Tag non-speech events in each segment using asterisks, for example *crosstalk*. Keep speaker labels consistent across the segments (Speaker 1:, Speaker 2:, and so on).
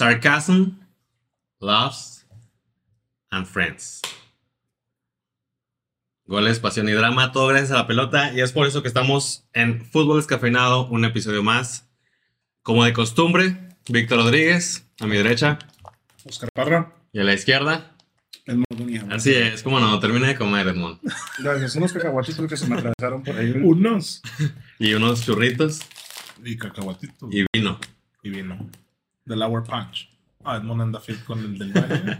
Speaker 1: Sarcasm, Loves and Friends. Goles, pasión y drama, todo gracias a la pelota. Y es por eso que estamos en Fútbol Descafeinado, un episodio más. Como de costumbre, Víctor Rodríguez, a mi derecha,
Speaker 2: Oscar Parra,
Speaker 1: y a la izquierda.
Speaker 2: Edmundo Nieto.
Speaker 1: Así es, como no, termina de comer, Edmond.
Speaker 2: Gracias. Unos cacahuatitos que se me atravesaron por ahí. Unos.
Speaker 1: Y unos churritos
Speaker 3: y cacahuatitos
Speaker 1: y vino.
Speaker 3: y vino. Del Hour Punch. Ah, Edmond anda fit con el del *laughs* baño.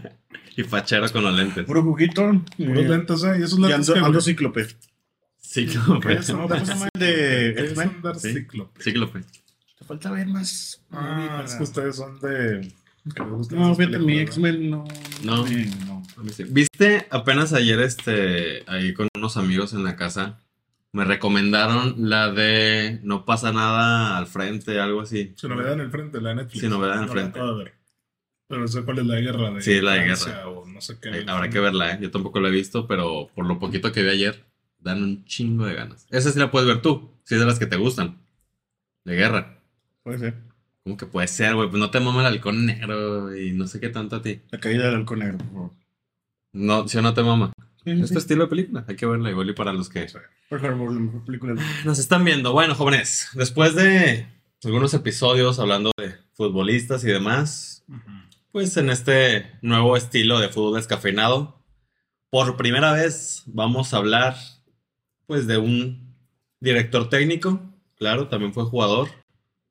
Speaker 1: Y fachero con los lentes.
Speaker 2: Puro juguito.
Speaker 3: Puros
Speaker 2: Y
Speaker 3: lentes, ¿eh? Y esos lentes
Speaker 2: ando,
Speaker 3: que
Speaker 2: ando cíclope.
Speaker 1: Sí, como
Speaker 3: ¿Qué es?
Speaker 2: ¿Cómo se llama el de
Speaker 3: Es
Speaker 2: X-Men?
Speaker 3: andar
Speaker 1: Sí.
Speaker 3: cíclope.
Speaker 1: Sí que lo fue.
Speaker 2: Te falta ver más.
Speaker 3: Ah, es que ustedes son de... que les gustan
Speaker 2: No,
Speaker 3: esas
Speaker 2: fíjate, mi
Speaker 3: películas, ¿verdad?
Speaker 2: X-Men no.
Speaker 1: No.
Speaker 2: me- no.
Speaker 1: A mí sí. Viste apenas ayer este ahí con unos amigos en la casa. Me recomendaron la de No pasa nada al frente, algo así.
Speaker 3: Sin novedad en el frente, la de Netflix.
Speaker 1: Sin novedad en el
Speaker 3: No la
Speaker 1: frente.
Speaker 3: acabo de ver. Pero sé cuál es la de guerra. De
Speaker 1: Sí, la de
Speaker 3: Francia
Speaker 1: guerra.
Speaker 3: O no sé qué.
Speaker 1: Eh, Habrá que verla, ¿eh? Yo tampoco la he visto, pero por lo poquito que vi ayer, dan un chingo de ganas. Esa sí la puedes ver tú, si es de las que te gustan. De guerra.
Speaker 2: Puede ser.
Speaker 1: ¿Cómo que puede ser, güey? Pues no te mama el halcón negro y no sé qué tanto a ti.
Speaker 2: La caída del halcón negro, por favor.
Speaker 1: No, si o no te mama. Es
Speaker 2: Sí,
Speaker 1: tu
Speaker 2: sí.
Speaker 1: estilo de película. Hay que verla igual y para los que
Speaker 3: eh.
Speaker 2: Por favor, la mejor película. del-
Speaker 1: Nos están viendo. Bueno, jóvenes, después de algunos episodios hablando de futbolistas y demás,
Speaker 3: Ujú.
Speaker 1: pues en este nuevo estilo de fútbol descafeinado, por primera vez vamos a hablar pues de un director técnico, claro, también fue jugador,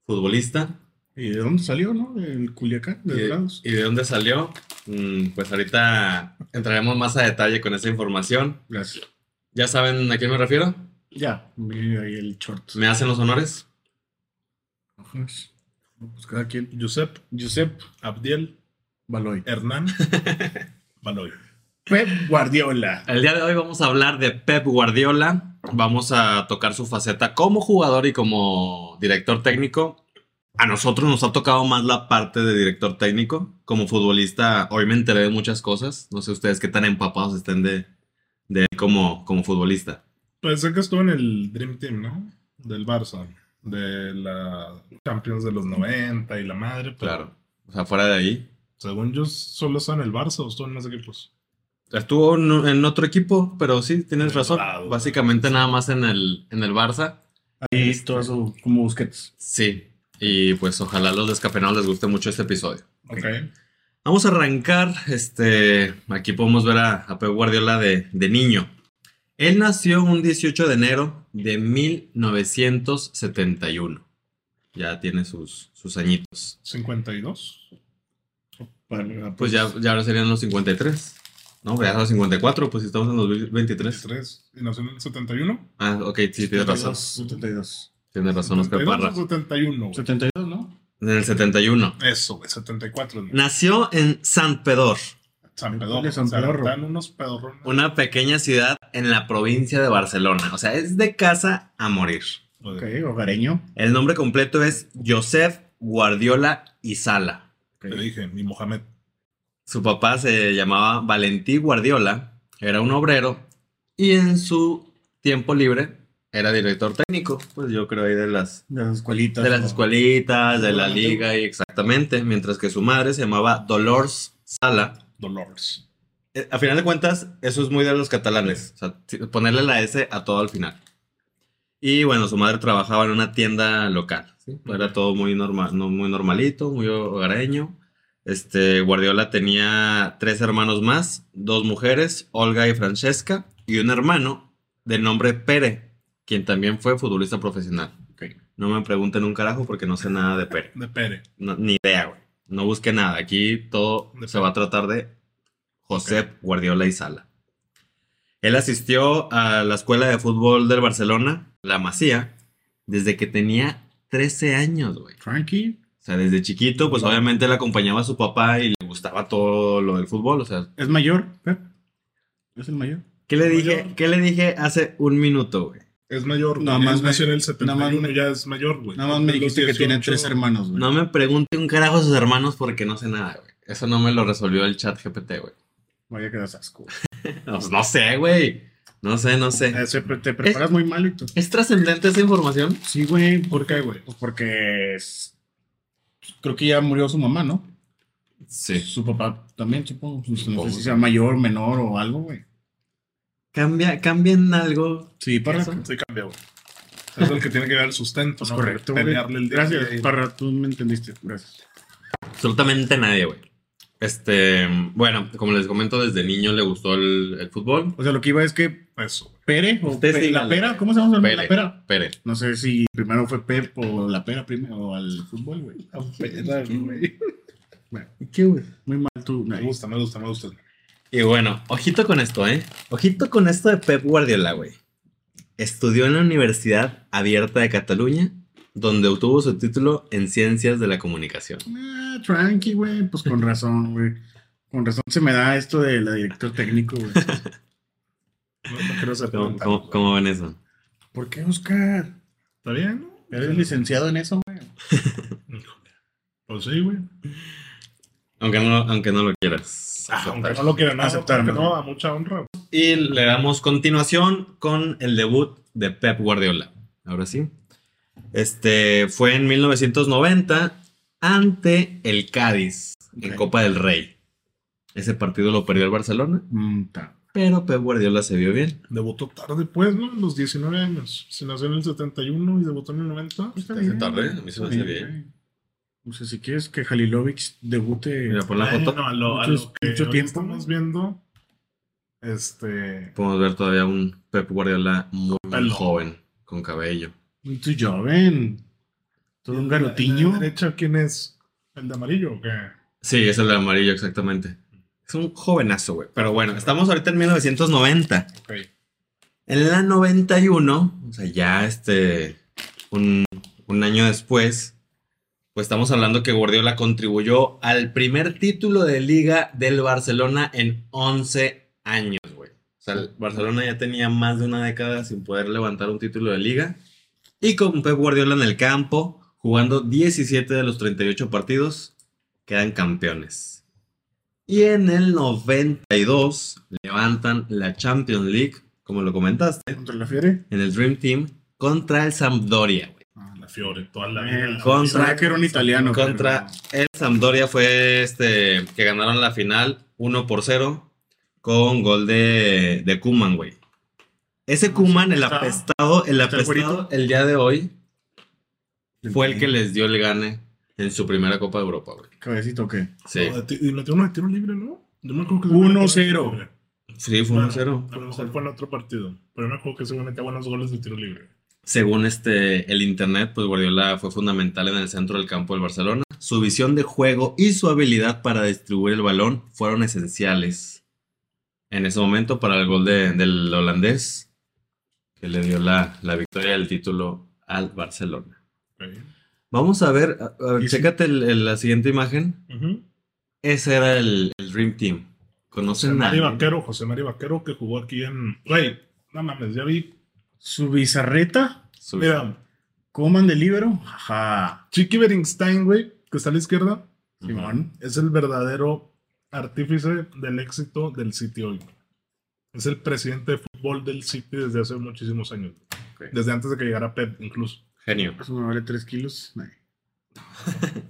Speaker 1: futbolista,
Speaker 2: ¿Y de dónde salió, no? Del Culiacán,
Speaker 1: y,
Speaker 3: Eh,
Speaker 2: de Dorados.
Speaker 1: y de dónde salió. Mm, Pues ahorita entraremos más a detalle con esa información.
Speaker 2: Gracias.
Speaker 1: ¿Ya saben a quién me refiero?
Speaker 2: Ya, vi ahí el short.
Speaker 1: ¿Me hacen los honores?
Speaker 2: Pues cada quien.
Speaker 3: Josep,
Speaker 2: Josep
Speaker 3: Abdiel,
Speaker 2: Baloy. *laughs*
Speaker 3: Hernán, Baloy.
Speaker 2: Pep Guardiola.
Speaker 1: El día de hoy vamos a hablar de Pep Guardiola, vamos a tocar su faceta como jugador y como director técnico. A nosotros nos ha tocado más la parte de director técnico. Como futbolista, hoy me enteré de muchas cosas. No sé ustedes qué tan empapados estén de, de él como, como futbolista.
Speaker 3: Pues sé que estuvo en el Dream Team, ¿no? Del Barça, de la Champions de los 90 y la madre. pero
Speaker 1: O sea, fuera de ahí.
Speaker 3: Según yo, solo está en el Barça o estuvo en más equipos.
Speaker 1: Estuvo en- en otro equipo, pero sí, tienes
Speaker 3: En
Speaker 1: razón.
Speaker 3: Dorados.
Speaker 1: Básicamente nada más en el, en el Barça.
Speaker 2: Ahí todo eso como busquets.
Speaker 1: Sí. Y pues ojalá a los descafeinados les guste mucho este episodio.
Speaker 3: Ok.
Speaker 1: Vamos a arrancar, este, aquí podemos ver a, a Pep Guardiola de, de niño. Él nació un 18 de enero de 1971. Ya tiene sus, sus añitos.
Speaker 3: 52.
Speaker 2: Para-
Speaker 1: Pues ya, ya ahora serían los 53. No, ya los 54, pues si estamos en los 2023.
Speaker 3: 23. Y nació en el 71.
Speaker 1: Ah, ok, sí, tienes razón.
Speaker 2: 72.
Speaker 1: Tienes razón, Oscar
Speaker 3: 72
Speaker 1: Parra.
Speaker 3: o 71. güey.
Speaker 2: 72, ¿no?
Speaker 1: En el 71.
Speaker 3: Eso, güey. 74. ¿no?
Speaker 1: Nació en San Pedor,
Speaker 3: San
Speaker 2: Ponle
Speaker 3: Pedro.
Speaker 2: San
Speaker 3: San
Speaker 2: Pedorro.
Speaker 3: Pedro. unos pedorrones.
Speaker 1: una pequeña ciudad en la provincia de Barcelona. O sea, es de casa a morir.
Speaker 2: Ok, hogareño.
Speaker 1: El nombre completo es Joseph Guardiola Izala.
Speaker 3: Te dije, mi Mohamed.
Speaker 1: Su papá se llamaba Valentí Guardiola, era un obrero y en su tiempo libre era director técnico, pues yo creo ahí de las
Speaker 2: De las escuelitas.
Speaker 1: de las
Speaker 2: ¿no?
Speaker 1: escuelitas, de la liga y exactamente, mientras que su madre se llamaba Dolors Sala.
Speaker 3: Dolores.
Speaker 1: Eh, A final de cuentas, eso es muy de los catalanes, o sea, t- ponerle la S a todo al final. Y bueno, su madre trabajaba en una tienda local.
Speaker 3: Sí.
Speaker 1: Era todo muy normal, no, muy normalito, muy hogareño. Este, Guardiola tenía tres hermanos más, dos mujeres, Olga y Francesca, y un hermano de nombre Pere, quien también fue futbolista profesional.
Speaker 2: Ok.
Speaker 1: No me pregunten un carajo porque no sé nada de Pere.
Speaker 3: De Pere.
Speaker 1: No- ni idea, güey. No busqué nada. Aquí todo se va a tratar de Josep Guardiola y Sala. Él asistió a la escuela de fútbol del Barcelona, la Masía, desde que tenía 13 años, güey.
Speaker 2: Frankie.
Speaker 1: O sea, desde chiquito, pues obviamente le acompañaba a su papá y le gustaba todo lo del fútbol. O sea,
Speaker 2: ¿Es mayor, Pep? ¿Es el mayor?
Speaker 1: ¿qué le dije,
Speaker 3: Mayor.
Speaker 1: ¿qué le dije hace un minuto, güey?
Speaker 3: Es mayor.
Speaker 2: Nada
Speaker 3: Nada
Speaker 2: más
Speaker 3: más.
Speaker 2: me-
Speaker 3: Nació en el
Speaker 2: nada más
Speaker 3: 71. ya es mayor, güey.
Speaker 2: Nada más me
Speaker 3: Los
Speaker 2: dijiste que tiene
Speaker 3: 18,
Speaker 2: tres hermanos, güey.
Speaker 1: No me pregunte un carajo a sus hermanos porque no sé nada, güey. Eso no me lo resolvió el chat GPT, güey.
Speaker 2: Vaya que das
Speaker 1: *laughs*
Speaker 2: asco.
Speaker 1: Pues no sé, güey. No sé, no sé.
Speaker 2: Eh, se- te preparas muy mal y tú.
Speaker 1: ¿Es trascendente esa información?
Speaker 2: Sí, güey.
Speaker 3: ¿Por qué, güey?
Speaker 2: Pues porque es- creo que ya murió su mamá, ¿no?
Speaker 1: Sí.
Speaker 4: Su papá también, supongo. Pues, no
Speaker 1: Supongo.
Speaker 4: sé si sea mayor, menor o algo, güey.
Speaker 1: Cambia, cambian algo.
Speaker 4: Sí, para.
Speaker 1: Eso.
Speaker 3: Sí, cambia, güey. Es el que tiene que ver el sustento,
Speaker 4: Pues
Speaker 3: ¿no?
Speaker 4: correcto, güey.
Speaker 3: Pelearle el día.
Speaker 4: Gracias, Parra, tú me entendiste. Gracias.
Speaker 1: Absolutamente nadie, güey. Este, bueno, como les comento, desde niño le gustó el, el fútbol.
Speaker 4: O sea, lo que iba es que
Speaker 3: Eso, güey.
Speaker 4: Pere o
Speaker 1: Usted
Speaker 4: Pe-
Speaker 1: sígale.
Speaker 4: la pera, ¿cómo se llama? su hermano?
Speaker 1: Pere.
Speaker 4: La pera.
Speaker 1: Pere.
Speaker 4: No sé si primero fue Pep o la pera primero o al fútbol, güey.
Speaker 3: güey.
Speaker 4: ¿Qué, güey? Muy mal tú.
Speaker 3: Me
Speaker 4: Nice.
Speaker 3: gusta, me gusta, me gusta.
Speaker 1: Y bueno, ojito con esto, ¿eh? Ojito con esto de Pep Guardiola, güey. Estudió en la Universidad Abierta de Cataluña, donde obtuvo su título en Ciencias de la Comunicación.
Speaker 4: Ah, tranqui, güey.
Speaker 3: *laughs*
Speaker 4: Pues con razón, güey. Con razón se me da esto de la director
Speaker 3: *laughs*
Speaker 4: técnico, güey.
Speaker 3: No, no quiero ser
Speaker 1: ¿Cómo,
Speaker 3: tan-
Speaker 1: cómo- cómo ven eso?
Speaker 4: ¿Por qué, Oscar?
Speaker 3: ¿Está bien, no?
Speaker 4: ¿Eres licenciado en eso, güey?
Speaker 3: Pues sí, güey.
Speaker 1: Aunque no, aunque no lo quieras.
Speaker 3: Ah, aunque
Speaker 1: aceptar.
Speaker 3: no lo quieran aceptar,
Speaker 4: Aceptar,
Speaker 3: no,
Speaker 4: ¿no?
Speaker 3: no, a mucha honra. güey.
Speaker 1: Y le damos continuación con el debut de Pep Guardiola. Ahora sí. Este fue en 1990 ante el Cádiz en
Speaker 4: Ok.
Speaker 1: Copa del Rey. Ese partido lo perdió el Barcelona,
Speaker 4: Mm, ta.
Speaker 1: pero Pep Guardiola se vio bien.
Speaker 3: Debutó tarde, pues, ¿no? A los 19 años. Se nació en el 71 y debutó en el 90.
Speaker 4: Pues está
Speaker 1: Te hace
Speaker 4: bien,
Speaker 1: tarde,
Speaker 4: güey.
Speaker 1: a mí se me
Speaker 4: Está
Speaker 1: hace
Speaker 4: bien, güey. O sea, si quieres que Halilovic debute.
Speaker 1: Mira, pon la
Speaker 3: Bueno,
Speaker 1: foto.
Speaker 3: a lo, a
Speaker 4: Muchos-
Speaker 3: lo pues, que
Speaker 4: mucho
Speaker 3: ahorita
Speaker 4: tiempo.
Speaker 3: estamos viendo, este,
Speaker 1: Podemos ver todavía un Pep Guardiola muy
Speaker 3: pelo.
Speaker 1: joven, con cabello.
Speaker 4: Muy tú joven. Todo un
Speaker 3: ¿El
Speaker 4: garotiño.
Speaker 3: de derecha quién es? ¿El de amarillo o qué?
Speaker 1: Sí, es el amarillo, exactamente. Es un jovenazo, güey. Pero bueno, estamos ahorita en 1990.
Speaker 3: Ok.
Speaker 1: En la 91, o sea, ya este, un, un año después, pues estamos hablando que Guardiola contribuyó al primer título de liga del Barcelona en 11 años, güey. O sea, el Barcelona ya tenía más de una década sin poder levantar un título de liga. Y con Pep Guardiola en el campo, jugando 17 de los 38 partidos, quedan campeones. Y en el 92 levantan la Champions League, como lo comentaste
Speaker 4: ¿Contra la Fiore?
Speaker 1: en el Dream Team contra el Sampdoria, güey.
Speaker 3: Ah, la Fiore, toda la
Speaker 4: Eh,
Speaker 3: vida.
Speaker 1: contra-
Speaker 4: Sabía que era un italiano.
Speaker 1: Contra el Sampdoria fue este que ganaron la final 1 por 0 con gol de, de Kuman, güey. Ese Kuman, el
Speaker 3: está-
Speaker 1: apestado, el
Speaker 4: está el
Speaker 1: apestado
Speaker 4: güerito.
Speaker 1: el día de hoy
Speaker 4: pero-
Speaker 1: fue el que les dio el gane en su primera Copa de Europa, güey.
Speaker 4: Cabecito, ¿qué?
Speaker 1: Sí.
Speaker 3: No, de ti- y metió uno de tiro libre, ¿no? Yo me acuerdo que
Speaker 4: 1-0.
Speaker 1: Sí, fue 1-0.
Speaker 3: A lo mejor fue en otro partido. Pero me acuerdo que seguramente buenos goles de tiro libre.
Speaker 1: Según este, el internet, pues Guardiola fue fundamental en el centro del campo del Barcelona. Su visión de juego y su habilidad para distribuir el balón fueron esenciales en ese momento para el gol de- del holandés que le dio la, la victoria del título al Barcelona.
Speaker 3: Ok.
Speaker 1: Vamos a ver, a- a ver,
Speaker 4: Y sí.
Speaker 1: chécate el- el- la siguiente imagen.
Speaker 3: Ujú.
Speaker 1: Ese era el, el Dream Team.
Speaker 3: José
Speaker 1: ¿Conocen a
Speaker 3: Mari Vaquero, José Mari Vaquero, que jugó aquí en. Güey, no mames, ya vi.
Speaker 4: Su bizarreta,
Speaker 1: su-
Speaker 3: Mira,
Speaker 4: Pues, coman de libro. Ajá.
Speaker 3: Chiqui Beringstein, güey, que está a la izquierda,
Speaker 1: Ujú.
Speaker 4: Simón.
Speaker 3: es el verdadero artífice del éxito del City hoy. Es el presidente de fútbol del City desde hace muchísimos años.
Speaker 1: Ok.
Speaker 3: Desde antes de que llegara Pep, incluso.
Speaker 1: Genio.
Speaker 4: Eso me vale 3 kilos.
Speaker 3: *laughs*
Speaker 4: Nah.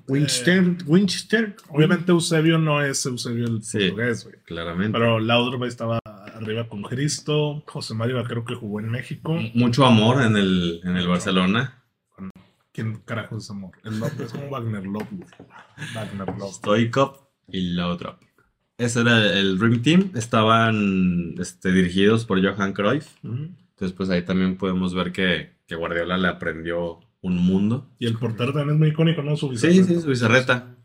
Speaker 4: Winchester, Winchester.
Speaker 3: Eh, Obviamente Eusebio no es Eusebio el
Speaker 1: Sí.
Speaker 3: portugués, güey.
Speaker 1: Claramente.
Speaker 3: Pero Laudrup estaba arriba con Cristo, José Mario Vaquero que jugó en México.
Speaker 1: Mucho amor en el, en el Barcelona.
Speaker 3: ¿Quién carajo es amor? El nombre es como Wagner Love, güey. Wagner Love.
Speaker 1: Stoikov y la otra. Ese era el Dream Team. Estaban este, dirigidos por Johan Cruyff.
Speaker 3: Ujú.
Speaker 1: Entonces, pues ahí también podemos ver que, que Guardiola le aprendió un mundo.
Speaker 3: Y el portero también es muy icónico, ¿no? Su
Speaker 1: Sí, sí,
Speaker 3: bizarreta.
Speaker 1: su bizarreta.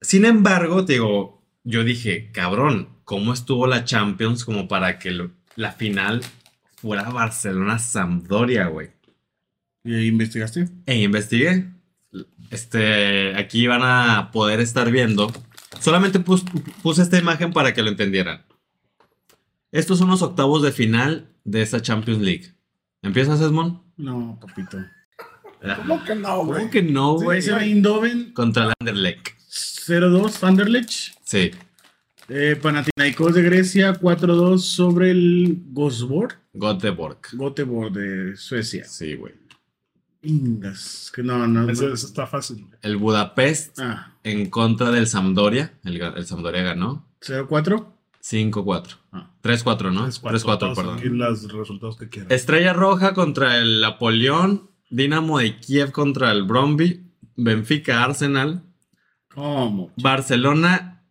Speaker 1: Sin embargo, te digo, yo dije, cabrón, ¿cómo estuvo la Champions como para que lo- la final fuera Barcelona-Sampdoria, güey?
Speaker 4: ¿Y investigaste?
Speaker 1: E investigué. Este, aquí van a poder estar viendo. Solamente pus- puse esta imagen para que lo entendieran. Estos son los octavos de final de esta Champions League. ¿Empiezas, Esmond?
Speaker 4: No, papito.
Speaker 3: ¿Cómo que no, güey?
Speaker 1: ¿Cómo que no, güey?
Speaker 4: Ese era Indoven
Speaker 1: Contra el Anderlecht.
Speaker 4: 0-2, Anderlecht.
Speaker 1: Sí.
Speaker 4: Eh, Panathinaikos de Grecia 4-2 sobre el Gosbor,
Speaker 1: Göteborg.
Speaker 4: Göteborg de Suecia.
Speaker 1: Sí, güey.
Speaker 4: Ingas. Que no, no.
Speaker 3: Eso,
Speaker 4: no.
Speaker 3: eso está fácil.
Speaker 1: El Budapest
Speaker 4: Ah,
Speaker 1: en contra del Sampdoria. El, ga- el Sampdoria ganó
Speaker 4: 0-4.
Speaker 1: 5-4.
Speaker 4: Ah.
Speaker 1: 3-4, ¿no?
Speaker 3: Tres, cuatro,
Speaker 1: 3-4,
Speaker 3: todos
Speaker 1: perdón.
Speaker 3: aquí los resultados que quieran.
Speaker 1: Estrella Roja contra el Napoleón. Dinamo de Kiev contra el Bromby. Benfica Arsenal.
Speaker 4: ¿Cómo?
Speaker 1: Barcelona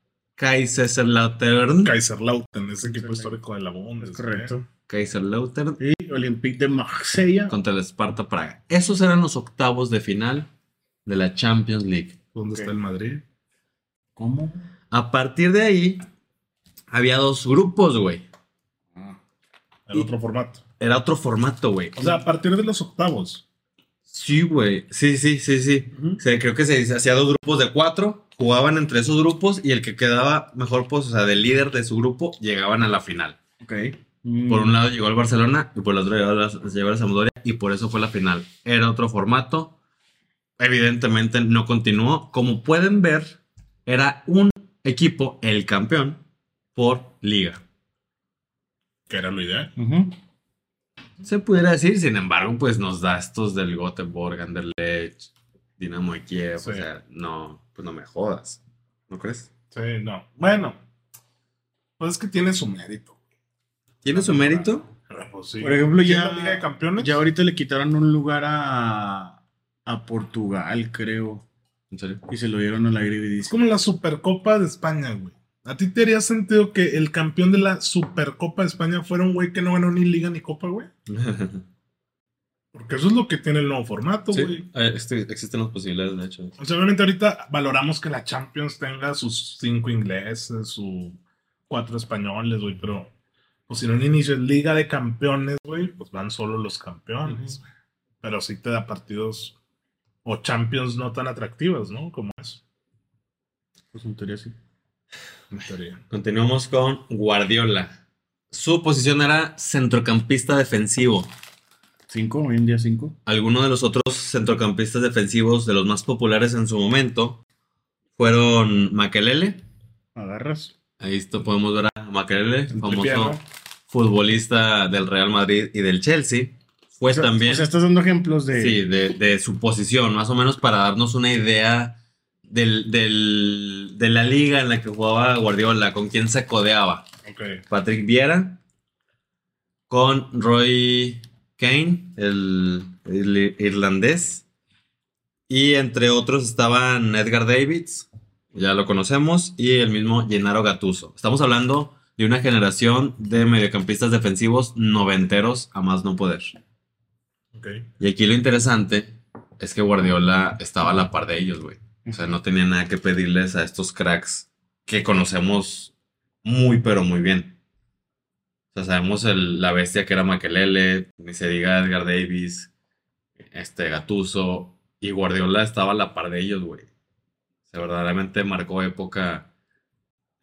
Speaker 1: Kaiserslautern.
Speaker 3: Kaiserlauten, ese equipo
Speaker 4: Kaiserlauten.
Speaker 3: histórico de ¿eh? la Bundesliga.
Speaker 4: Correcto.
Speaker 1: Kaiserslautern
Speaker 4: Y Olympique de Marsella.
Speaker 1: contra el Sparta Praga. Esos eran los octavos de final de la Champions League.
Speaker 3: ¿Dónde
Speaker 4: Ok.
Speaker 3: está el Madrid?
Speaker 4: ¿Cómo?
Speaker 1: A partir de ahí, había dos grupos, güey.
Speaker 3: El
Speaker 1: Y-
Speaker 3: otro formato.
Speaker 1: Era otro formato, güey.
Speaker 3: O sea, a partir de los octavos.
Speaker 1: Sí, güey. Sí, sí, sí, sí.
Speaker 4: Ujú.
Speaker 1: Se- creo que se hacía dos grupos de cuatro. Jugaban entre esos grupos y el que quedaba mejor, pues, o sea, del líder de su grupo, llegaban a la final.
Speaker 4: Ok. Mm.
Speaker 1: Por un lado llegó el Barcelona y por el otro llegó la- llegó el Sampdoria y por eso fue la final. Era otro formato. Evidentemente no continuó. Como pueden ver, era un equipo, el campeón, por liga.
Speaker 3: Que era lo ideal.
Speaker 4: Ujú.
Speaker 1: Se pudiera decir, sin embargo, pues nos da estos del Göteborg, Anderlecht, Dinamo de Kiev. O
Speaker 3: Sí.
Speaker 1: sea, no, pues no me jodas. ¿No crees?
Speaker 3: Sí, no. Bueno. Pues es que tiene su mérito.
Speaker 1: ¿Tiene su mérito?
Speaker 3: Pero, pues, sí.
Speaker 4: Por ejemplo,
Speaker 3: ¿Quién
Speaker 4: ya-
Speaker 3: la Liga de Campeones?
Speaker 4: Ya ahorita le quitaron un lugar a, a Portugal, creo.
Speaker 1: ¿En *laughs* serio?
Speaker 4: Y se lo dieron a la
Speaker 3: Es
Speaker 4: Grividis.
Speaker 3: como la Supercopa de España, güey. ¿A ti te haría sentido que el campeón de la Supercopa de España fuera un güey que no ganó ni liga ni copa, güey? Porque eso es lo que tiene el nuevo formato, güey.
Speaker 1: sí, eh, este- existen las posibilidades, de hecho.
Speaker 3: O sea, obviamente ahorita valoramos que la Champions tenga sus cinco ingleses, sus cuatro españoles, güey, pero pues si no en inicio es Liga de Campeones, güey, pues van solo los campeones. güey. Pero sí te da partidos o Champions no tan atractivas, ¿no? Como eso,
Speaker 4: Pues en teoría sí.
Speaker 3: en teoría.
Speaker 1: Continuamos con Guardiola. Su posición era centrocampista defensivo.
Speaker 4: Cinco, hoy en día cinco.
Speaker 1: Algunos de los otros centrocampistas defensivos de los más populares en su momento fueron Makelele.
Speaker 4: Agarras.
Speaker 1: Ahí esto podemos ver a Makelele,
Speaker 3: El
Speaker 1: famoso
Speaker 3: tripié, ¿no?
Speaker 1: futbolista del Real Madrid y del Chelsea. Fue
Speaker 4: O sea,
Speaker 1: también
Speaker 4: O sea, estás dando ejemplos de.
Speaker 1: sí, de, de su posición, más o menos para darnos una idea del- del- de la liga en la que jugaba Guardiola, con quién se codeaba.
Speaker 3: Ok.
Speaker 1: Patrick Viera con Roy Kane, el, el irlandés. Y entre otros estaban Edgar Davids, ya lo conocemos, y el mismo Gennaro Gattuso. Estamos hablando de una generación de mediocampistas defensivos noventeros a más no poder.
Speaker 3: Ok.
Speaker 1: Y aquí lo interesante es que Guardiola estaba a la par de ellos, güey. O sea, no tenía nada que pedirles a estos cracks que conocemos muy, pero muy bien. O sea, sabemos el- la bestia que era Makelele, ni se diga Edgar Davis, este Gatuso, y Guardiola estaba a la par de ellos, güey. O sea, verdaderamente marcó época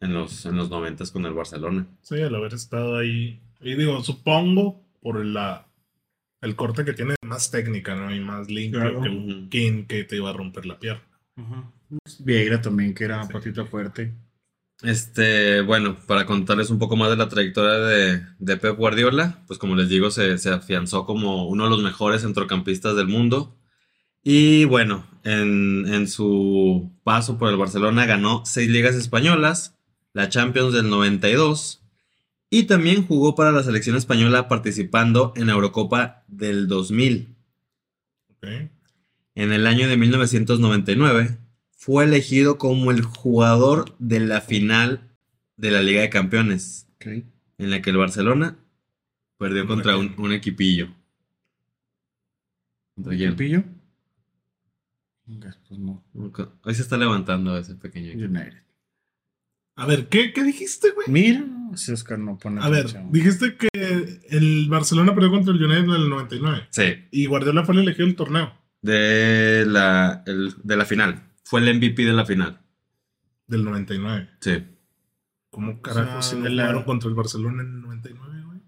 Speaker 1: en los, en los 90 con el Barcelona.
Speaker 3: Sí, al haber estado ahí. Y digo, supongo por la el corte que tiene más técnica, ¿no? Y más limpio
Speaker 4: Claro.
Speaker 3: que un King que te iba a romper la pierna.
Speaker 4: Ajá. Vieira también, que era
Speaker 3: Sí.
Speaker 4: patita fuerte.
Speaker 1: Este, bueno, para contarles un poco más de la trayectoria de, de Pep Guardiola, pues como les digo, se, se afianzó como uno de los mejores centrocampistas del mundo. Y bueno, en, en su paso por el Barcelona ganó seis ligas españolas, la Champions del 92, y también jugó para la selección española participando en la Eurocopa del 2000.
Speaker 3: ¿ok?
Speaker 1: En el año de 1999 fue elegido como el jugador de la final de la Liga de Campeones,
Speaker 4: Okay.
Speaker 1: en la que el Barcelona perdió contra un, un equipillo. ¿Contra quién?
Speaker 4: ¿Pillo? Ingas, pues no.
Speaker 1: Nunca- Hoy se está levantando ese pequeño equipo.
Speaker 4: United.
Speaker 3: A ver, ¿qué, qué dijiste, güey?
Speaker 4: Mira, si Oscar no pone.
Speaker 3: A ver,
Speaker 4: atención.
Speaker 3: dijiste que el Barcelona perdió contra el United en el 99
Speaker 1: Sí,
Speaker 3: y Guardiola fue el elegido del torneo,
Speaker 1: de la, el- de la final. Fue el MVP de la final.
Speaker 3: del 99.
Speaker 1: Sí.
Speaker 3: ¿Cómo carajo
Speaker 4: O sea,
Speaker 3: si no
Speaker 4: de la-
Speaker 3: jugaron contra el Barcelona en el 99, güey?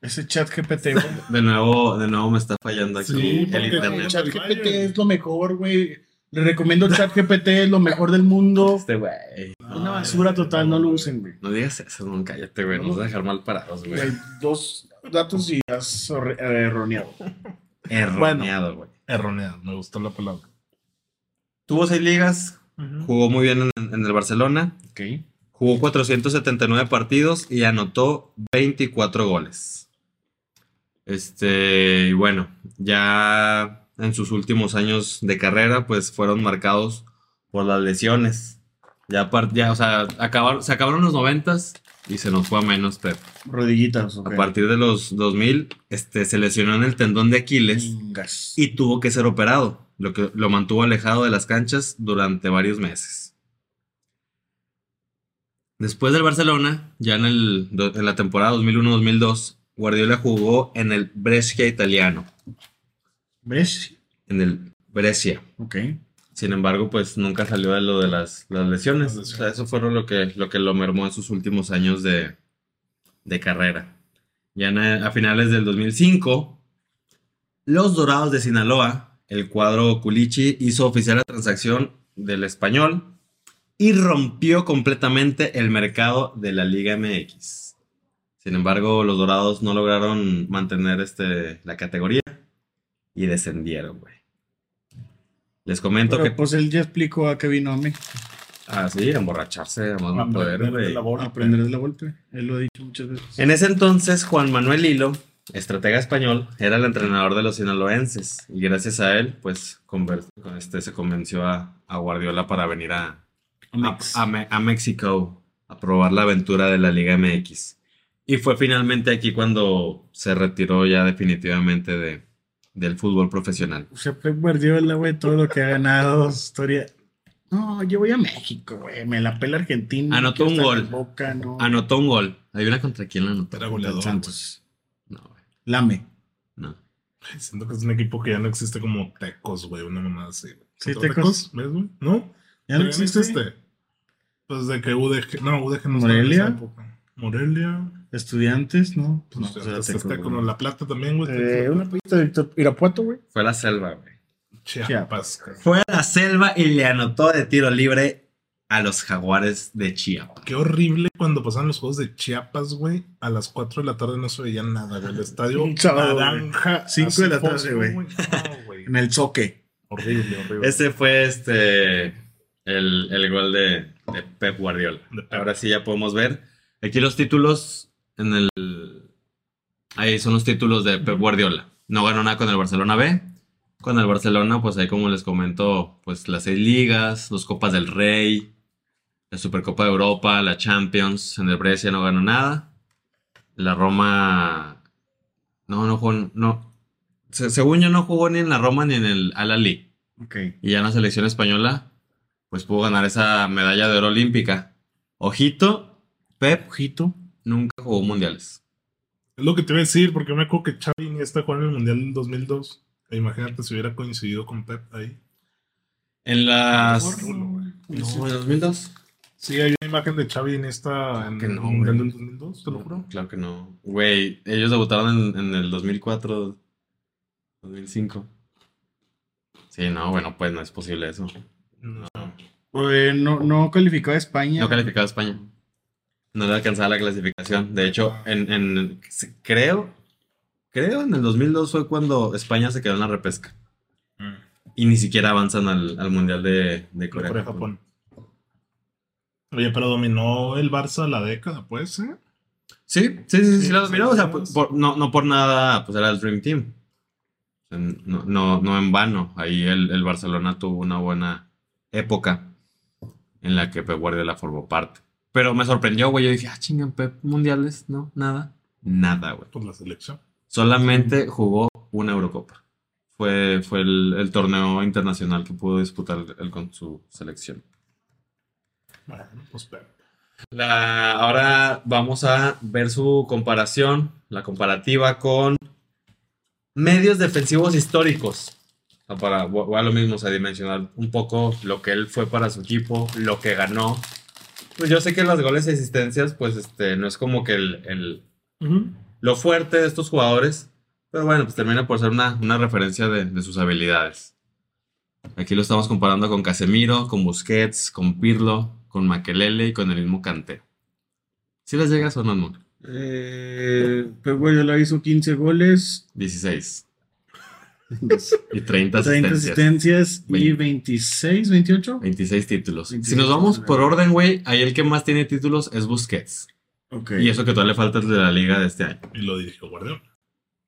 Speaker 4: Ese chat
Speaker 1: *laughs*
Speaker 4: GPT, güey.
Speaker 1: De nuevo, de nuevo me está fallando aquí
Speaker 3: Sí,
Speaker 1: el
Speaker 3: porque-
Speaker 1: internet.
Speaker 4: Chat GPT es lo mejor, güey. Le recomiendo el chat GPT, es lo mejor del mundo.
Speaker 1: Este güey.
Speaker 4: Una basura total, no lo usen, güey.
Speaker 1: No digas eso, no, cállate, güey. Nos vas a dejar mal parados, güey.
Speaker 4: Hay dos datos y has erroneado.
Speaker 1: Erroneado, güey.
Speaker 3: Erroneado, me gustó la palabra.
Speaker 1: Tuvo seis ligas, jugó muy bien en, en el Barcelona,
Speaker 4: Ok.
Speaker 1: jugó 479 partidos y anotó 24 goles. Este, y bueno, ya en sus últimos años de carrera, pues fueron marcados por las lesiones. Ya, par- ya o sea, acabaron, se acabaron los 90 y se nos fue a menos, Pep.
Speaker 4: Rodillitas, ok.
Speaker 1: A partir de los 2000, este, se lesionó en el tendón de Aquiles
Speaker 4: Chingas.
Speaker 1: y tuvo que ser operado, lo que lo mantuvo alejado de las canchas durante varios meses. Después del Barcelona, ya en, el, do- en la temporada 2001-2002, Guardiola jugó en el Brescia italiano,
Speaker 4: ¿Ves?
Speaker 1: en el Brescia.
Speaker 4: Ok.
Speaker 1: Sin embargo, pues nunca salió de lo de las, las lesiones. O sea, eso fue lo que, lo que lo mermó en sus últimos años de, de carrera. Ya en- a finales del 2005, los Dorados de Sinaloa, el cuadro Culichi, hizo oficial la transacción del español y rompió completamente el mercado de la Liga MX. Sin embargo, los Dorados no lograron mantener este, la categoría y descendieron, güey. Les comento
Speaker 4: Pero,
Speaker 1: que
Speaker 4: pues él ya explicó a qué vino a mí.
Speaker 1: Ah, sí, a emborracharse, a más no
Speaker 3: Aprender
Speaker 1: poder,
Speaker 3: de
Speaker 1: güey.
Speaker 3: la bola.
Speaker 4: Aprender de la golpe. Él lo ha dicho muchas veces.
Speaker 1: En ese entonces, Juan Manuel Hilo, estratega español, era el entrenador de los sinaloenses. Y gracias a él, pues, conver- con este, se convenció a, a Guardiola para venir a, a,
Speaker 4: Mex.
Speaker 1: a Me- a México a probar la aventura de la Liga MX. Y fue finalmente aquí cuando se retiró ya definitivamente de, del fútbol profesional.
Speaker 4: O sea, Pep Guardiola, güey, todo lo que ha ganado, su historia. No, yo voy a México, güey. Me la pela Argentina.
Speaker 1: Anotó
Speaker 4: quiero
Speaker 1: un
Speaker 4: estar en
Speaker 1: gol.
Speaker 4: Boca, no.
Speaker 1: Anotó un gol. Hay una contra quién la anotó.
Speaker 3: Era goleador.
Speaker 4: Santos.
Speaker 1: No, güey,
Speaker 4: Lame.
Speaker 1: no.
Speaker 3: güey. Siento que es un equipo que ya no existe como Tecos, güey, una mamada así. güey.
Speaker 4: Sí,
Speaker 3: ¿Otro
Speaker 4: Tecos.
Speaker 3: ¿Ves, güey? ¿No?
Speaker 4: Ya no
Speaker 3: Pero
Speaker 4: existe. este
Speaker 3: Pues de que UDG, no, UDG no
Speaker 4: Morelia.
Speaker 3: estaba en esa época. Morelia.
Speaker 4: Estudiantes, ¿no?
Speaker 3: Pues
Speaker 4: pues,
Speaker 3: no,
Speaker 4: era
Speaker 3: está,
Speaker 4: Tecos,
Speaker 3: como
Speaker 4: güey.
Speaker 3: La Plata también, güey.
Speaker 2: Eh, una pista de Víctor Irapuato, güey.
Speaker 1: Fue a la selva, güey.
Speaker 3: Chiapas. güey.
Speaker 1: Fue a la selva y le anotó de tiro libre a los jaguares de Chiapas.
Speaker 3: Qué horrible cuando pasaban los juegos de Chiapas, güey. A las 4 de la tarde no se veía nada, güey. El estadio
Speaker 4: Un sábado, güey.
Speaker 3: naranja.
Speaker 4: Cinco
Speaker 3: así
Speaker 4: de la tarde,
Speaker 3: fosfo,
Speaker 4: güey.
Speaker 3: No,
Speaker 4: *laughs*
Speaker 3: güey.
Speaker 4: En el choque.
Speaker 3: horrible, horrible.
Speaker 1: Ese fue este el, el gol de, de Pep Guardiola.
Speaker 3: De Pep.
Speaker 1: Ahora sí ya podemos ver. Aquí los títulos en el. Ahí son los títulos de Pep Guardiola. No ganó nada con el Barcelona B. Con el Barcelona, pues ahí como les comento, pues las seis ligas, dos Copas del Rey, la Supercopa de Europa, la Champions. En el Brescia no ganó nada. La Roma. No, no jugó. No. Se- Según yo, no jugó ni en la Roma ni en el Al-Ali
Speaker 4: Ok.
Speaker 1: y ya en la selección española, pues pudo ganar esa medalla de oro olímpica. Ojito, Pep
Speaker 4: Ojito.
Speaker 1: nunca jugó mundiales.
Speaker 3: Es lo que te iba a decir, porque me acuerdo que Xavi ni está jugando en el Mundial del 2002. E imagínate si hubiera coincidido con Pep ahí.
Speaker 1: En las...
Speaker 3: Horrible, güey.
Speaker 1: No, en 2002.
Speaker 3: Sí, hay una imagen de Xavi en esta en
Speaker 1: que
Speaker 3: el
Speaker 1: no,
Speaker 3: Mundial
Speaker 1: güey.
Speaker 3: del 2002, te lo juro.
Speaker 1: No, claro que no. Güey, ellos debutaron en, en el 2004, 2005. Sí, no, bueno, pues no es posible eso.
Speaker 3: No.
Speaker 4: Eh, no, no calificó a España.
Speaker 1: No calificaba España. No le alcanzaba la clasificación. De hecho, en, en- creo, creo en el 2002 fue cuando España se quedó en la repesca. Y ni siquiera avanzan al, al Mundial de, de Corea.
Speaker 3: Corea, Japón. Oye, pero dominó el Barça la década, pues, ¿eh?
Speaker 1: Sí, sí, sí, sí, sí,
Speaker 3: Sí,
Speaker 1: la dominó, O sea,
Speaker 3: sí,
Speaker 1: por-
Speaker 3: sí.
Speaker 1: por- no, no por nada, pues era el Dream Team. O sea, No, no, no en vano. Ahí el, el Barcelona tuvo una buena época en la que Pep Guardiola formó parte. Pero me sorprendió, güey. Yo dije, ah, chingan, Pep, mundiales, no, nada. Nada, güey.
Speaker 3: Por la selección.
Speaker 1: Solamente jugó una Eurocopa. Fue, fue el, el torneo internacional que pudo disputar él con su selección.
Speaker 3: Bueno, pues Pep.
Speaker 1: La, ahora vamos a ver su comparación, la comparativa con medios defensivos históricos. O sea, Para, voy voy a lo mismo, o sea, dimensionar un poco lo que él fue para su equipo, lo que ganó. Pues yo sé que los goles y asistencias, pues este, no es como que el, el- lo fuerte de estos jugadores, pero bueno, pues termina por ser una, una referencia de, de sus habilidades. Aquí lo estamos comparando con Casemiro, con Busquets, con Pirlo, con Makelele y con el mismo Kanté. ¿Sí les llegas o no, amor?
Speaker 4: *laughs* Eh, Pep Guardiola hizo 15 goles,
Speaker 1: 16. Y 30
Speaker 4: 30
Speaker 1: asistencias.
Speaker 4: asistencias y
Speaker 1: Veinte.
Speaker 4: 26, 28.
Speaker 1: 26 títulos.
Speaker 4: 26
Speaker 1: si nos vamos
Speaker 4: títulos.
Speaker 1: por orden, güey, ahí el que más tiene títulos es Busquets.
Speaker 4: Ok.
Speaker 1: Y eso que todavía le falta el de la liga de este año.
Speaker 3: Y lo dirigió Guardiola.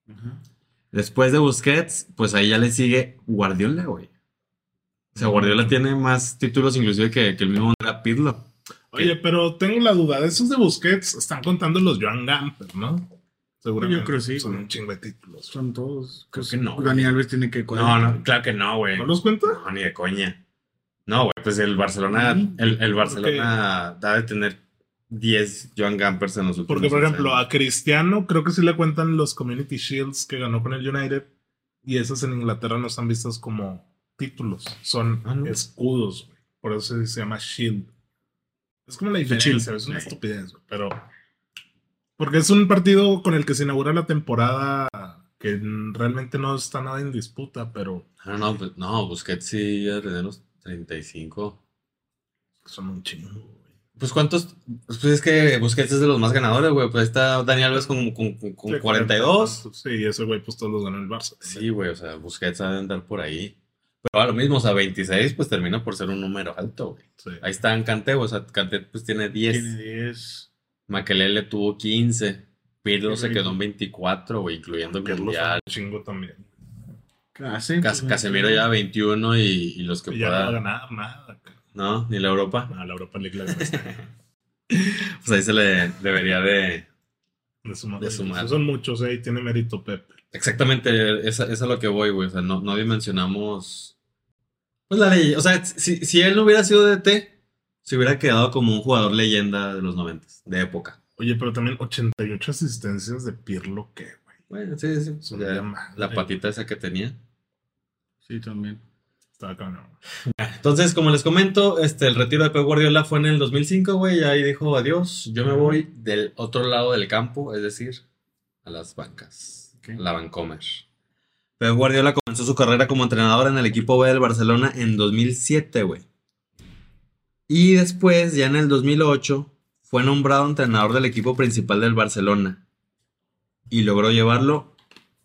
Speaker 4: Ajá.
Speaker 1: Después de Busquets, pues ahí ya le sigue Guardiola, güey. O sea, Guardiola tiene más títulos inclusive que, que el mismo Andrea Pirlo.
Speaker 3: Oye, pero tengo la duda. De esos de Busquets están contando los Joan Gamper, ¿no? Seguramente.
Speaker 4: Yo creo sí,
Speaker 3: Son
Speaker 4: güey.
Speaker 3: un chingo de títulos.
Speaker 4: Son todos. Pues,
Speaker 1: Creo que no, güey.
Speaker 4: Dani Alves tiene que
Speaker 1: No,
Speaker 4: cuadrar.
Speaker 1: no, claro que no, güey.
Speaker 3: ¿No los cuenta?
Speaker 1: No, ni de coña. No, güey, pues el Barcelona,
Speaker 4: Sí.
Speaker 1: el, el Barcelona da de tener 10 Joan Gampers en los últimos
Speaker 3: Porque, por
Speaker 1: seis
Speaker 3: ejemplo,
Speaker 1: años.
Speaker 3: a Cristiano creo que sí le cuentan los Community Shields que ganó con el United. Y esas en Inglaterra no están vistas como títulos. Son
Speaker 1: Ah, ¿no?
Speaker 3: escudos, güey. Por eso se, se llama Shield. Es como la diferencia, es una estupidez, güey, Pero. Porque es un partido con el que se inaugura la temporada que n- realmente no está nada en disputa, pero
Speaker 1: No, no, pues, no, Busquets sí ha de tener los 35.
Speaker 3: son un chingo, güey.
Speaker 1: Pues cuántos, pues es que Busquets es de los más ganadores, güey. Pues ahí está Daniel Alves con, con, con- con
Speaker 3: Sí,
Speaker 1: 42.
Speaker 3: Sí, y ese güey, pues todos los ganó el Barça.
Speaker 1: Sí, güey, o sea, Busquets ha de andar por ahí. Pero a lo mismo, o sea, 26, pues termina por ser un número alto, güey.
Speaker 3: Sí.
Speaker 1: Ahí está Kanté, o sea, Kanté pues tiene 10.
Speaker 4: Tiene 10.
Speaker 1: Makelele tuvo 15. Pirlo
Speaker 4: Qué
Speaker 1: se
Speaker 4: rico.
Speaker 1: quedó en 24, güey, incluyendo el
Speaker 3: Carlos
Speaker 1: Mundial.
Speaker 3: un chingo también.
Speaker 4: Casi.
Speaker 1: Cas- Casemiro ya 21 y, y los que
Speaker 3: Y ya no va a
Speaker 1: pueda,
Speaker 3: ganar nada. cabrón.
Speaker 1: ¿no? Ni la Europa.
Speaker 3: No, Ah, la Europa League la ganaste.
Speaker 1: Pues ahí se le debería de... *laughs*
Speaker 3: De sumar.
Speaker 1: De sumar.
Speaker 3: Son muchos, ahí tiene mérito Pepe.
Speaker 1: Exactamente, es, a- es a lo que voy, güey. O sea, no, no dimensionamos... Pues la ley. O sea, si, si él no hubiera sido DT, se hubiera quedado como un jugador leyenda de los 90, de época.
Speaker 3: Oye, pero también 88 asistencias de Pirlo, ¿qué, güey?
Speaker 1: Bueno, sí, sí.
Speaker 3: Es una
Speaker 1: Ya,
Speaker 3: llamada.
Speaker 1: la patita esa que tenía.
Speaker 4: Sí, también.
Speaker 3: Estaba cabrón.
Speaker 1: Entonces, como les comento, este, el retiro de Pep Guardiola fue en el 2005, güey, y ahí dijo adiós, yo me voy del otro lado del campo, es decir, a las bancas,
Speaker 4: Ok.
Speaker 1: a la Vancomer. Pep Guardiola comenzó su carrera como entrenador en el equipo B del Barcelona en 2007, güey. Y después, ya en el 2008, fue nombrado entrenador del equipo principal del Barcelona y logró llevarlo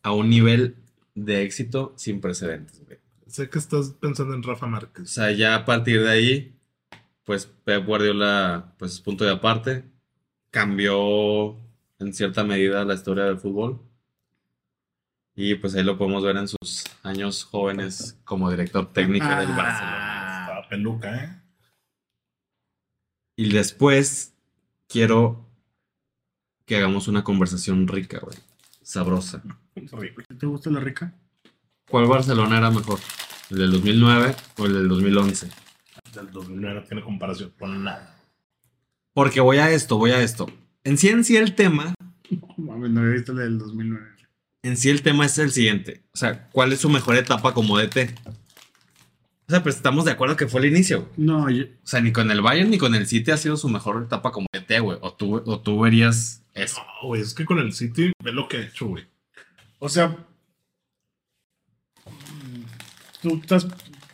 Speaker 1: a un nivel de éxito sin precedentes, güey.
Speaker 3: Sé que estás pensando en Rafa
Speaker 1: O
Speaker 3: Márquez.
Speaker 1: sea, ya a partir de ahí, pues Pep Guardiola, pues punto de aparte, cambió en cierta medida la historia del fútbol. Y pues ahí lo podemos ver en sus años jóvenes como director técnico del
Speaker 4: Ah.
Speaker 1: Barcelona.
Speaker 3: Estaba peluca, ¿eh?
Speaker 1: Y después quiero que hagamos una conversación rica, güey. Sabrosa.
Speaker 3: Horrible.
Speaker 4: ¿Te gusta la rica?
Speaker 1: ¿Cuál Barcelona era mejor? ¿El del 2009 o el del 2011?
Speaker 3: Del 2009 no tiene comparación con nada.
Speaker 1: Porque voy a esto, voy a esto. En sí, en sí el tema
Speaker 4: No mames, no había visto la del 2009.
Speaker 1: en sí el tema es el siguiente. O sea, ¿cuál es su mejor etapa como DT? O sea, pues estamos de acuerdo que fue el inicio. güey.
Speaker 4: No, yo,
Speaker 1: O sea, ni con el Bayern ni con el City ha sido su mejor etapa como DT, güey. O tú, o tú verías eso.
Speaker 3: No, güey, es que con el City ve lo que ha hecho, güey.
Speaker 4: O sea, mm, tú estás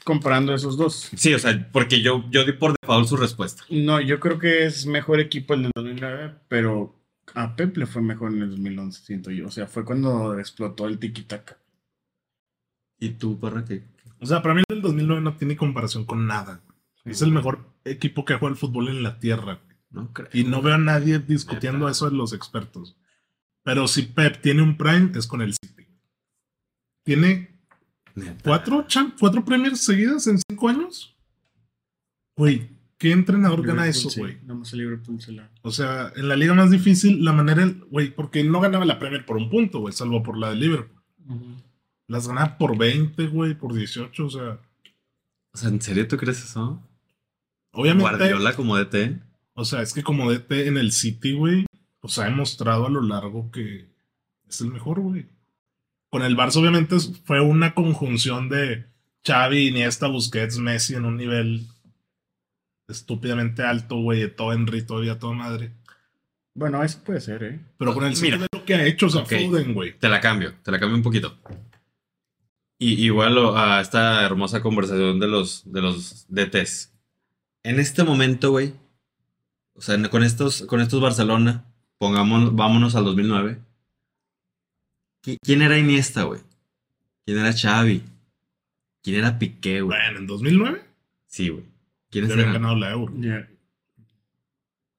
Speaker 4: comparando esos dos.
Speaker 1: Sí, o sea, porque yo, yo di por default su respuesta.
Speaker 4: No, yo creo que es mejor equipo el del 2009, pero a Pep le fue mejor en el 2011, siento yo. O sea, fue cuando explotó el tiki-taka.
Speaker 1: ¿Y tú, para qué?
Speaker 3: O sea, para mí el 2009 no tiene comparación con nada. güey. Es el mejor equipo que juega el fútbol en la tierra. güey.
Speaker 1: No creo.
Speaker 3: Y no veo a nadie discutiendo
Speaker 1: Neta.
Speaker 3: eso de los expertos. Pero si Pep tiene un prime, es con el City. Tiene
Speaker 1: Neta.
Speaker 3: cuatro, cham- cuatro premiers seguidas en cinco años. Güey, ¿qué entrenador gana
Speaker 4: Liverpool,
Speaker 3: eso,
Speaker 4: sí.
Speaker 3: güey?
Speaker 4: Vamos a Liverpool, se la-
Speaker 3: O sea, en la liga más difícil, la manera, en- güey, porque no ganaba la Premier por un punto, güey, salvo por la de Liverpool. Las ganaba por 20, güey, por 18, o sea,
Speaker 1: O sea, ¿en serio tú crees eso?
Speaker 3: obviamente.
Speaker 1: Guardiola como DT.
Speaker 3: O sea, es que como DT en el City, güey, pues ha demostrado a lo largo que es el mejor, güey. Con el Barça, obviamente, es- fue una conjunción de Xavi, Iniesta, Busquets, Messi en un nivel estúpidamente alto, güey, de todo Henry, todavía toda madre.
Speaker 4: Bueno, eso puede ser, ¿eh?
Speaker 3: Pero con el City
Speaker 1: Mira.
Speaker 3: ve lo que ha hecho, o sea,
Speaker 1: Ok.
Speaker 3: Foden, güey.
Speaker 1: Te la cambio, te la cambio un poquito. Y igual o- a esta hermosa conversación de los, de los DTs. En este momento, güey, o sea, en- con estos, con estos Barcelona, pongamos, vámonos al 2009. ¿Qui- ¿Quién era Iniesta, güey? ¿Quién era Xavi? ¿Quién era Piqué, güey?
Speaker 3: Bueno, en 2009
Speaker 1: Sí, güey.
Speaker 3: ya
Speaker 1: ¿Quiénes
Speaker 3: habían
Speaker 1: eran?
Speaker 3: ganado la Euro.
Speaker 4: Ya.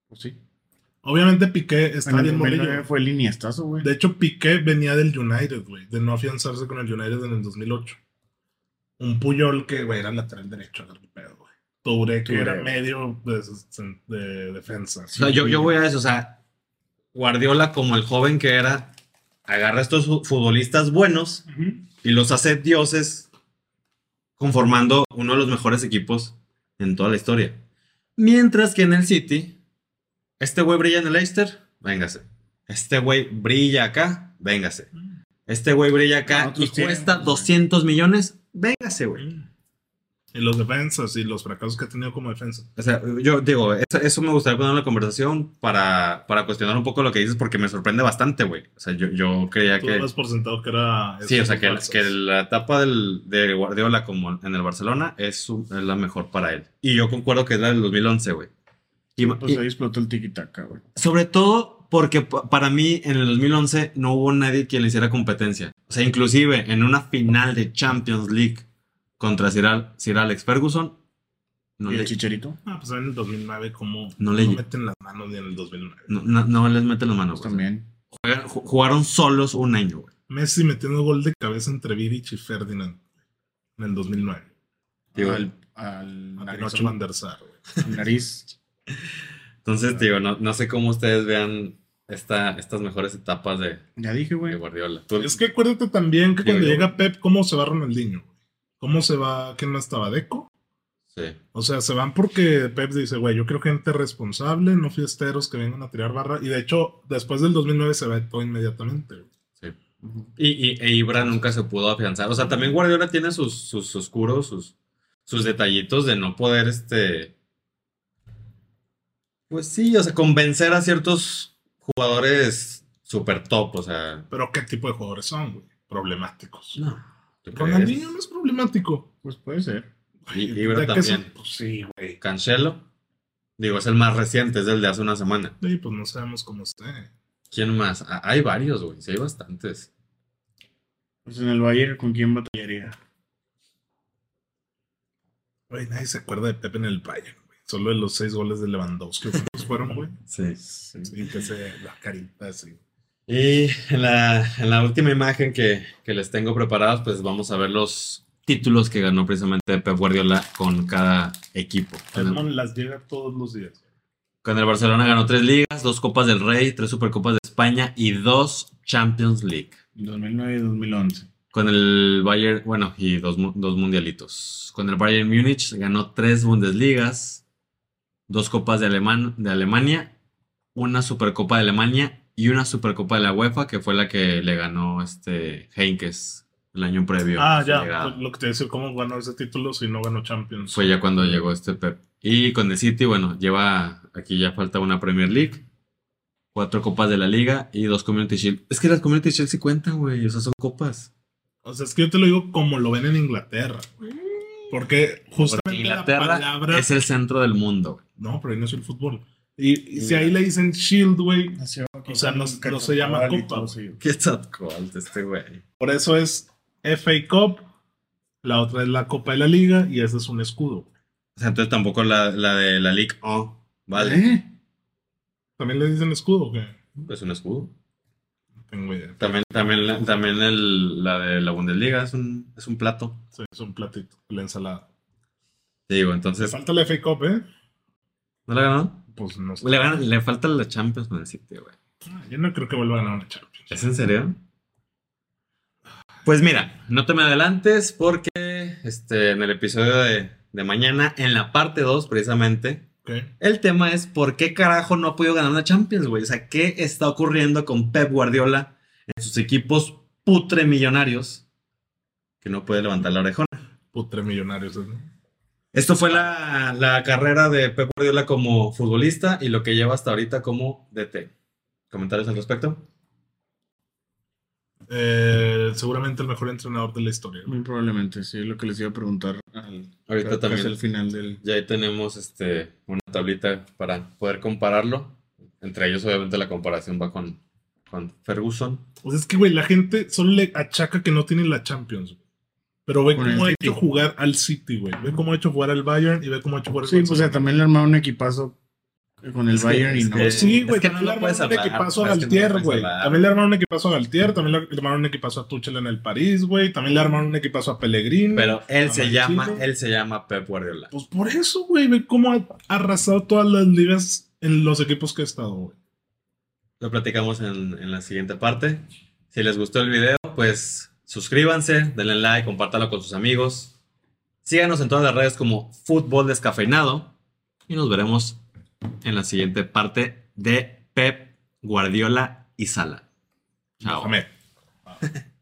Speaker 4: Pues sí.
Speaker 3: Obviamente Piqué está
Speaker 4: En el
Speaker 3: bien
Speaker 4: 2009
Speaker 3: morrillo.
Speaker 4: fue el iniestazo, güey.
Speaker 3: De hecho, Piqué venía del United, güey, de no afianzarse con el United en el 2008. Un Puyol que, güey, era lateral derecho, era el pedo, güey. Touré, que
Speaker 4: Touré.
Speaker 3: era medio pues, de defensa.
Speaker 1: O sea, yo, yo voy a eso, o sea, Guardiola como el joven que era, agarra a estos fu- futbolistas buenos y los hace dioses conformando uno de los mejores equipos en toda la historia. Mientras que en el City, este güey brilla en el Leicester, véngase. Este güey brilla acá, véngase. Este güey brilla acá
Speaker 4: Otros
Speaker 1: y cuesta
Speaker 4: tienen, Mm. güey.
Speaker 1: 200 millones, véngase, güey.
Speaker 3: Y los defensas y los fracasos que ha tenido como defensa.
Speaker 1: O sea, yo digo, eso, eso me gustaría poner en la conversación para, para cuestionar un poco lo que dices porque me sorprende bastante, güey. O sea, yo, yo creía
Speaker 3: Tú
Speaker 1: que...
Speaker 3: dabas por sentado que era.
Speaker 1: Sí, o sea, que,
Speaker 3: Barça.
Speaker 1: que la etapa del, de Guardiola como en el Barcelona es, su- es la mejor para él. Y yo concuerdo que es la del 2011, güey. Y, ma-
Speaker 4: Pues
Speaker 1: y
Speaker 4: ahí explotó el tiquitaca, güey.
Speaker 1: sobre todo porque pa- para mí en el 2011 no hubo nadie quien le hiciera competencia. O sea, inclusive en una final de Champions League contra Sir, Al- Sir Alex Ferguson, no,
Speaker 4: ¿Y el
Speaker 1: le-
Speaker 4: chicherito?
Speaker 3: Ah, pues en el 2009, como.
Speaker 1: No
Speaker 3: No
Speaker 1: le-
Speaker 3: meten las manos ni en el 2009.
Speaker 1: no- no- no les meten las manos.
Speaker 4: Pues
Speaker 1: güey.
Speaker 4: también.
Speaker 1: Juegan- ju- jugaron solos un año, güey.
Speaker 3: Messi metiendo gol de cabeza entre Vidic y Ferdinand. En el 2009.
Speaker 1: Digo,
Speaker 4: al al
Speaker 3: A
Speaker 4: nariz,
Speaker 3: Pinocho Van der Sar, güey.
Speaker 4: al nariz. ah.
Speaker 1: Entonces, digo, no, no sé cómo ustedes vean esta, estas mejores etapas de,
Speaker 4: Ya dije,
Speaker 1: de
Speaker 4: güey.
Speaker 1: Guardiola. Tú-
Speaker 3: Es que acuérdate también que
Speaker 1: Digo
Speaker 3: cuando
Speaker 1: yo.
Speaker 3: llega Pep, ¿cómo se va Ronaldinho? güey? ¿Cómo se va? ¿Quién más estaba? ¿Deco?
Speaker 1: Sí.
Speaker 3: O sea, se van porque Pep dice, güey, yo quiero gente responsable, no fiesteros que vengan a tirar barra. Y de hecho, después del 2009 se va todo inmediatamente. güey.
Speaker 1: Y, y- e Ibra nunca se pudo afianzar. O sea, también Guardiola tiene sus, sus oscuros, sus, sus detallitos de no poder, este... Pues sí, o sea, convencer a ciertos jugadores super top, o sea...
Speaker 3: Pero ¿qué tipo de jugadores son, güey? Problemáticos.
Speaker 1: No. ¿tú crees?
Speaker 3: Ronaldinho no es problemático.
Speaker 4: Pues puede ser.
Speaker 1: Y-
Speaker 3: Güey,
Speaker 1: Ibra
Speaker 3: ¿de qué se-
Speaker 1: también.
Speaker 3: Pues sí, güey.
Speaker 1: Cancelo. Digo, es el más reciente, es el de hace una semana.
Speaker 3: Sí, pues no sabemos cómo esté.
Speaker 1: ¿Quién más? Ah, hay varios, güey. Sí, hay bastantes.
Speaker 4: Pues en el Bayern, ¿con quién batallaría?
Speaker 3: Güey, nadie se acuerda de Pep en el Bayern, güey. Solo de los seis goles de Lewandowski. *laughs* ¿Cuántos fueron, güey?
Speaker 1: Sí.
Speaker 3: Sí, que se la carita así.
Speaker 1: Y en la, en la última imagen que, que les tengo preparados, pues vamos a ver los títulos que ganó precisamente Pep Guardiola con cada equipo. Con el,
Speaker 3: las llega todos los días.
Speaker 1: con el Barcelona ganó tres ligas, dos Copas del Rey, tres Supercopas de España y dos Champions League.
Speaker 4: 2009 y 2011.
Speaker 1: Con el Bayern, bueno, y dos, mu- dos mundialitos. Con el Bayern Múnich ganó tres Bundesligas, dos Copas de, Aleman- de Alemania, una Supercopa de Alemania y una Supercopa de la UEFA, que fue la que le ganó este Heinkes el año previo. a
Speaker 3: Ah,
Speaker 1: su
Speaker 3: ya.
Speaker 1: llegada.
Speaker 3: Lo que te decía, ¿cómo ganó ese título si no ganó Champions?
Speaker 1: Fue ya cuando llegó este Pep. Y con el City, bueno, lleva, aquí ya falta una Premier League, cuatro Copas de la Liga y dos Community Shield. Es que las Community Shield sí cuentan, güey, o sea, son copas.
Speaker 3: O sea, es que yo te lo digo como lo ven en Inglaterra. güey. Porque justamente
Speaker 1: Porque
Speaker 3: la
Speaker 1: Inglaterra
Speaker 3: palabra...
Speaker 1: es el centro del mundo, güey.
Speaker 3: No, pero ahí no es el fútbol. Y, y si ahí le dicen Shield, güey,
Speaker 4: O
Speaker 3: sea, no- no se llama Copa,
Speaker 1: *laughs* Qué tatcoalt este güey.
Speaker 3: Por eso es FA Cup, la otra es la Copa de la Liga y ese es un escudo. güey.
Speaker 1: O sea, entonces tampoco la, la de la League O, ¿vale?
Speaker 4: ¿Eh?
Speaker 3: También le dicen escudo, güey.
Speaker 1: Es Pues un escudo.
Speaker 3: No tengo idea.
Speaker 1: También, también, la- también el- la de la Bundesliga es un, es un plato.
Speaker 3: Sí, Es un platito, la ensalada.
Speaker 1: Te digo,
Speaker 3: Le
Speaker 1: entonces.
Speaker 3: falta la FA Cup, ¿eh?
Speaker 1: ¿No la ganó?
Speaker 3: Pues no sé.
Speaker 1: Le, gan- le falta la Champions con el City, güey.
Speaker 3: Ah, Yo no creo que vuelva a ganar una Champions.
Speaker 1: ¿Es en serio? Pues mira, no te me adelantes porque este, en el episodio de, de mañana, en la parte 2 precisamente,
Speaker 3: Ok.
Speaker 1: El tema es por qué carajo no ha podido ganar una Champions, güey. O sea, ¿qué está ocurriendo con Pep Guardiola en sus equipos putre millonarios que no puede levantar la orejona?
Speaker 3: Putre millonarios. ¿eh? ¿no?
Speaker 1: Esto fue la, la carrera de Pep Guardiola como futbolista y lo que lleva hasta ahorita como DT. ¿Comentarios al respecto?
Speaker 3: Eh, seguramente el mejor entrenador de la historia. güey.
Speaker 4: Muy probablemente, sí, es lo que les iba a preguntar al
Speaker 1: Ahorita
Speaker 4: casi
Speaker 1: también.
Speaker 4: al final del.
Speaker 1: Ya ahí tenemos este, una tablita para poder compararlo. Entre ellos, obviamente, la comparación va con, con Ferguson.
Speaker 3: O sea, es que, güey, la gente solo le achaca que no tiene la Champions. güey. Pero ve
Speaker 4: Con
Speaker 3: cómo
Speaker 4: el
Speaker 3: ha
Speaker 4: City.
Speaker 3: hecho jugar al City, güey. Ve cómo ha hecho jugar al Bayern y ve cómo ha hecho jugar al
Speaker 4: Sí, pues o sea,
Speaker 3: Barcelona.
Speaker 4: también le armaron un equipazo con el
Speaker 1: Es que-
Speaker 4: Bayern y
Speaker 1: es
Speaker 4: no.
Speaker 1: que-
Speaker 3: Pues Sí, güey,
Speaker 1: Es que
Speaker 3: también
Speaker 1: no
Speaker 3: le
Speaker 1: lo
Speaker 3: armaron
Speaker 1: puedes
Speaker 3: un
Speaker 1: hablar, pues,
Speaker 3: equipazo a
Speaker 1: es que no lo
Speaker 3: Galtier,
Speaker 1: puedes
Speaker 3: güey.
Speaker 1: hablar.
Speaker 3: También le armaron un equipazo a Galtier, también le armaron un equipazo a Tuchel en el París, güey. También le armaron un equipazo a Pellegrini.
Speaker 1: Pero él se
Speaker 3: Amarillo.
Speaker 1: llama, él se llama Pep Guardiola.
Speaker 3: Pues por eso, güey, ve cómo ha arrasado todas las ligas en los equipos que ha estado, güey.
Speaker 1: Lo platicamos en, en la siguiente parte. Si les gustó el video, pues suscríbanse, denle like, compártalo con sus amigos. Síganos en todas las redes como Fútbol Descafeinado. Y nos veremos en la siguiente parte de Pep, Guardiola y Sala. Chao.
Speaker 3: Mohamed.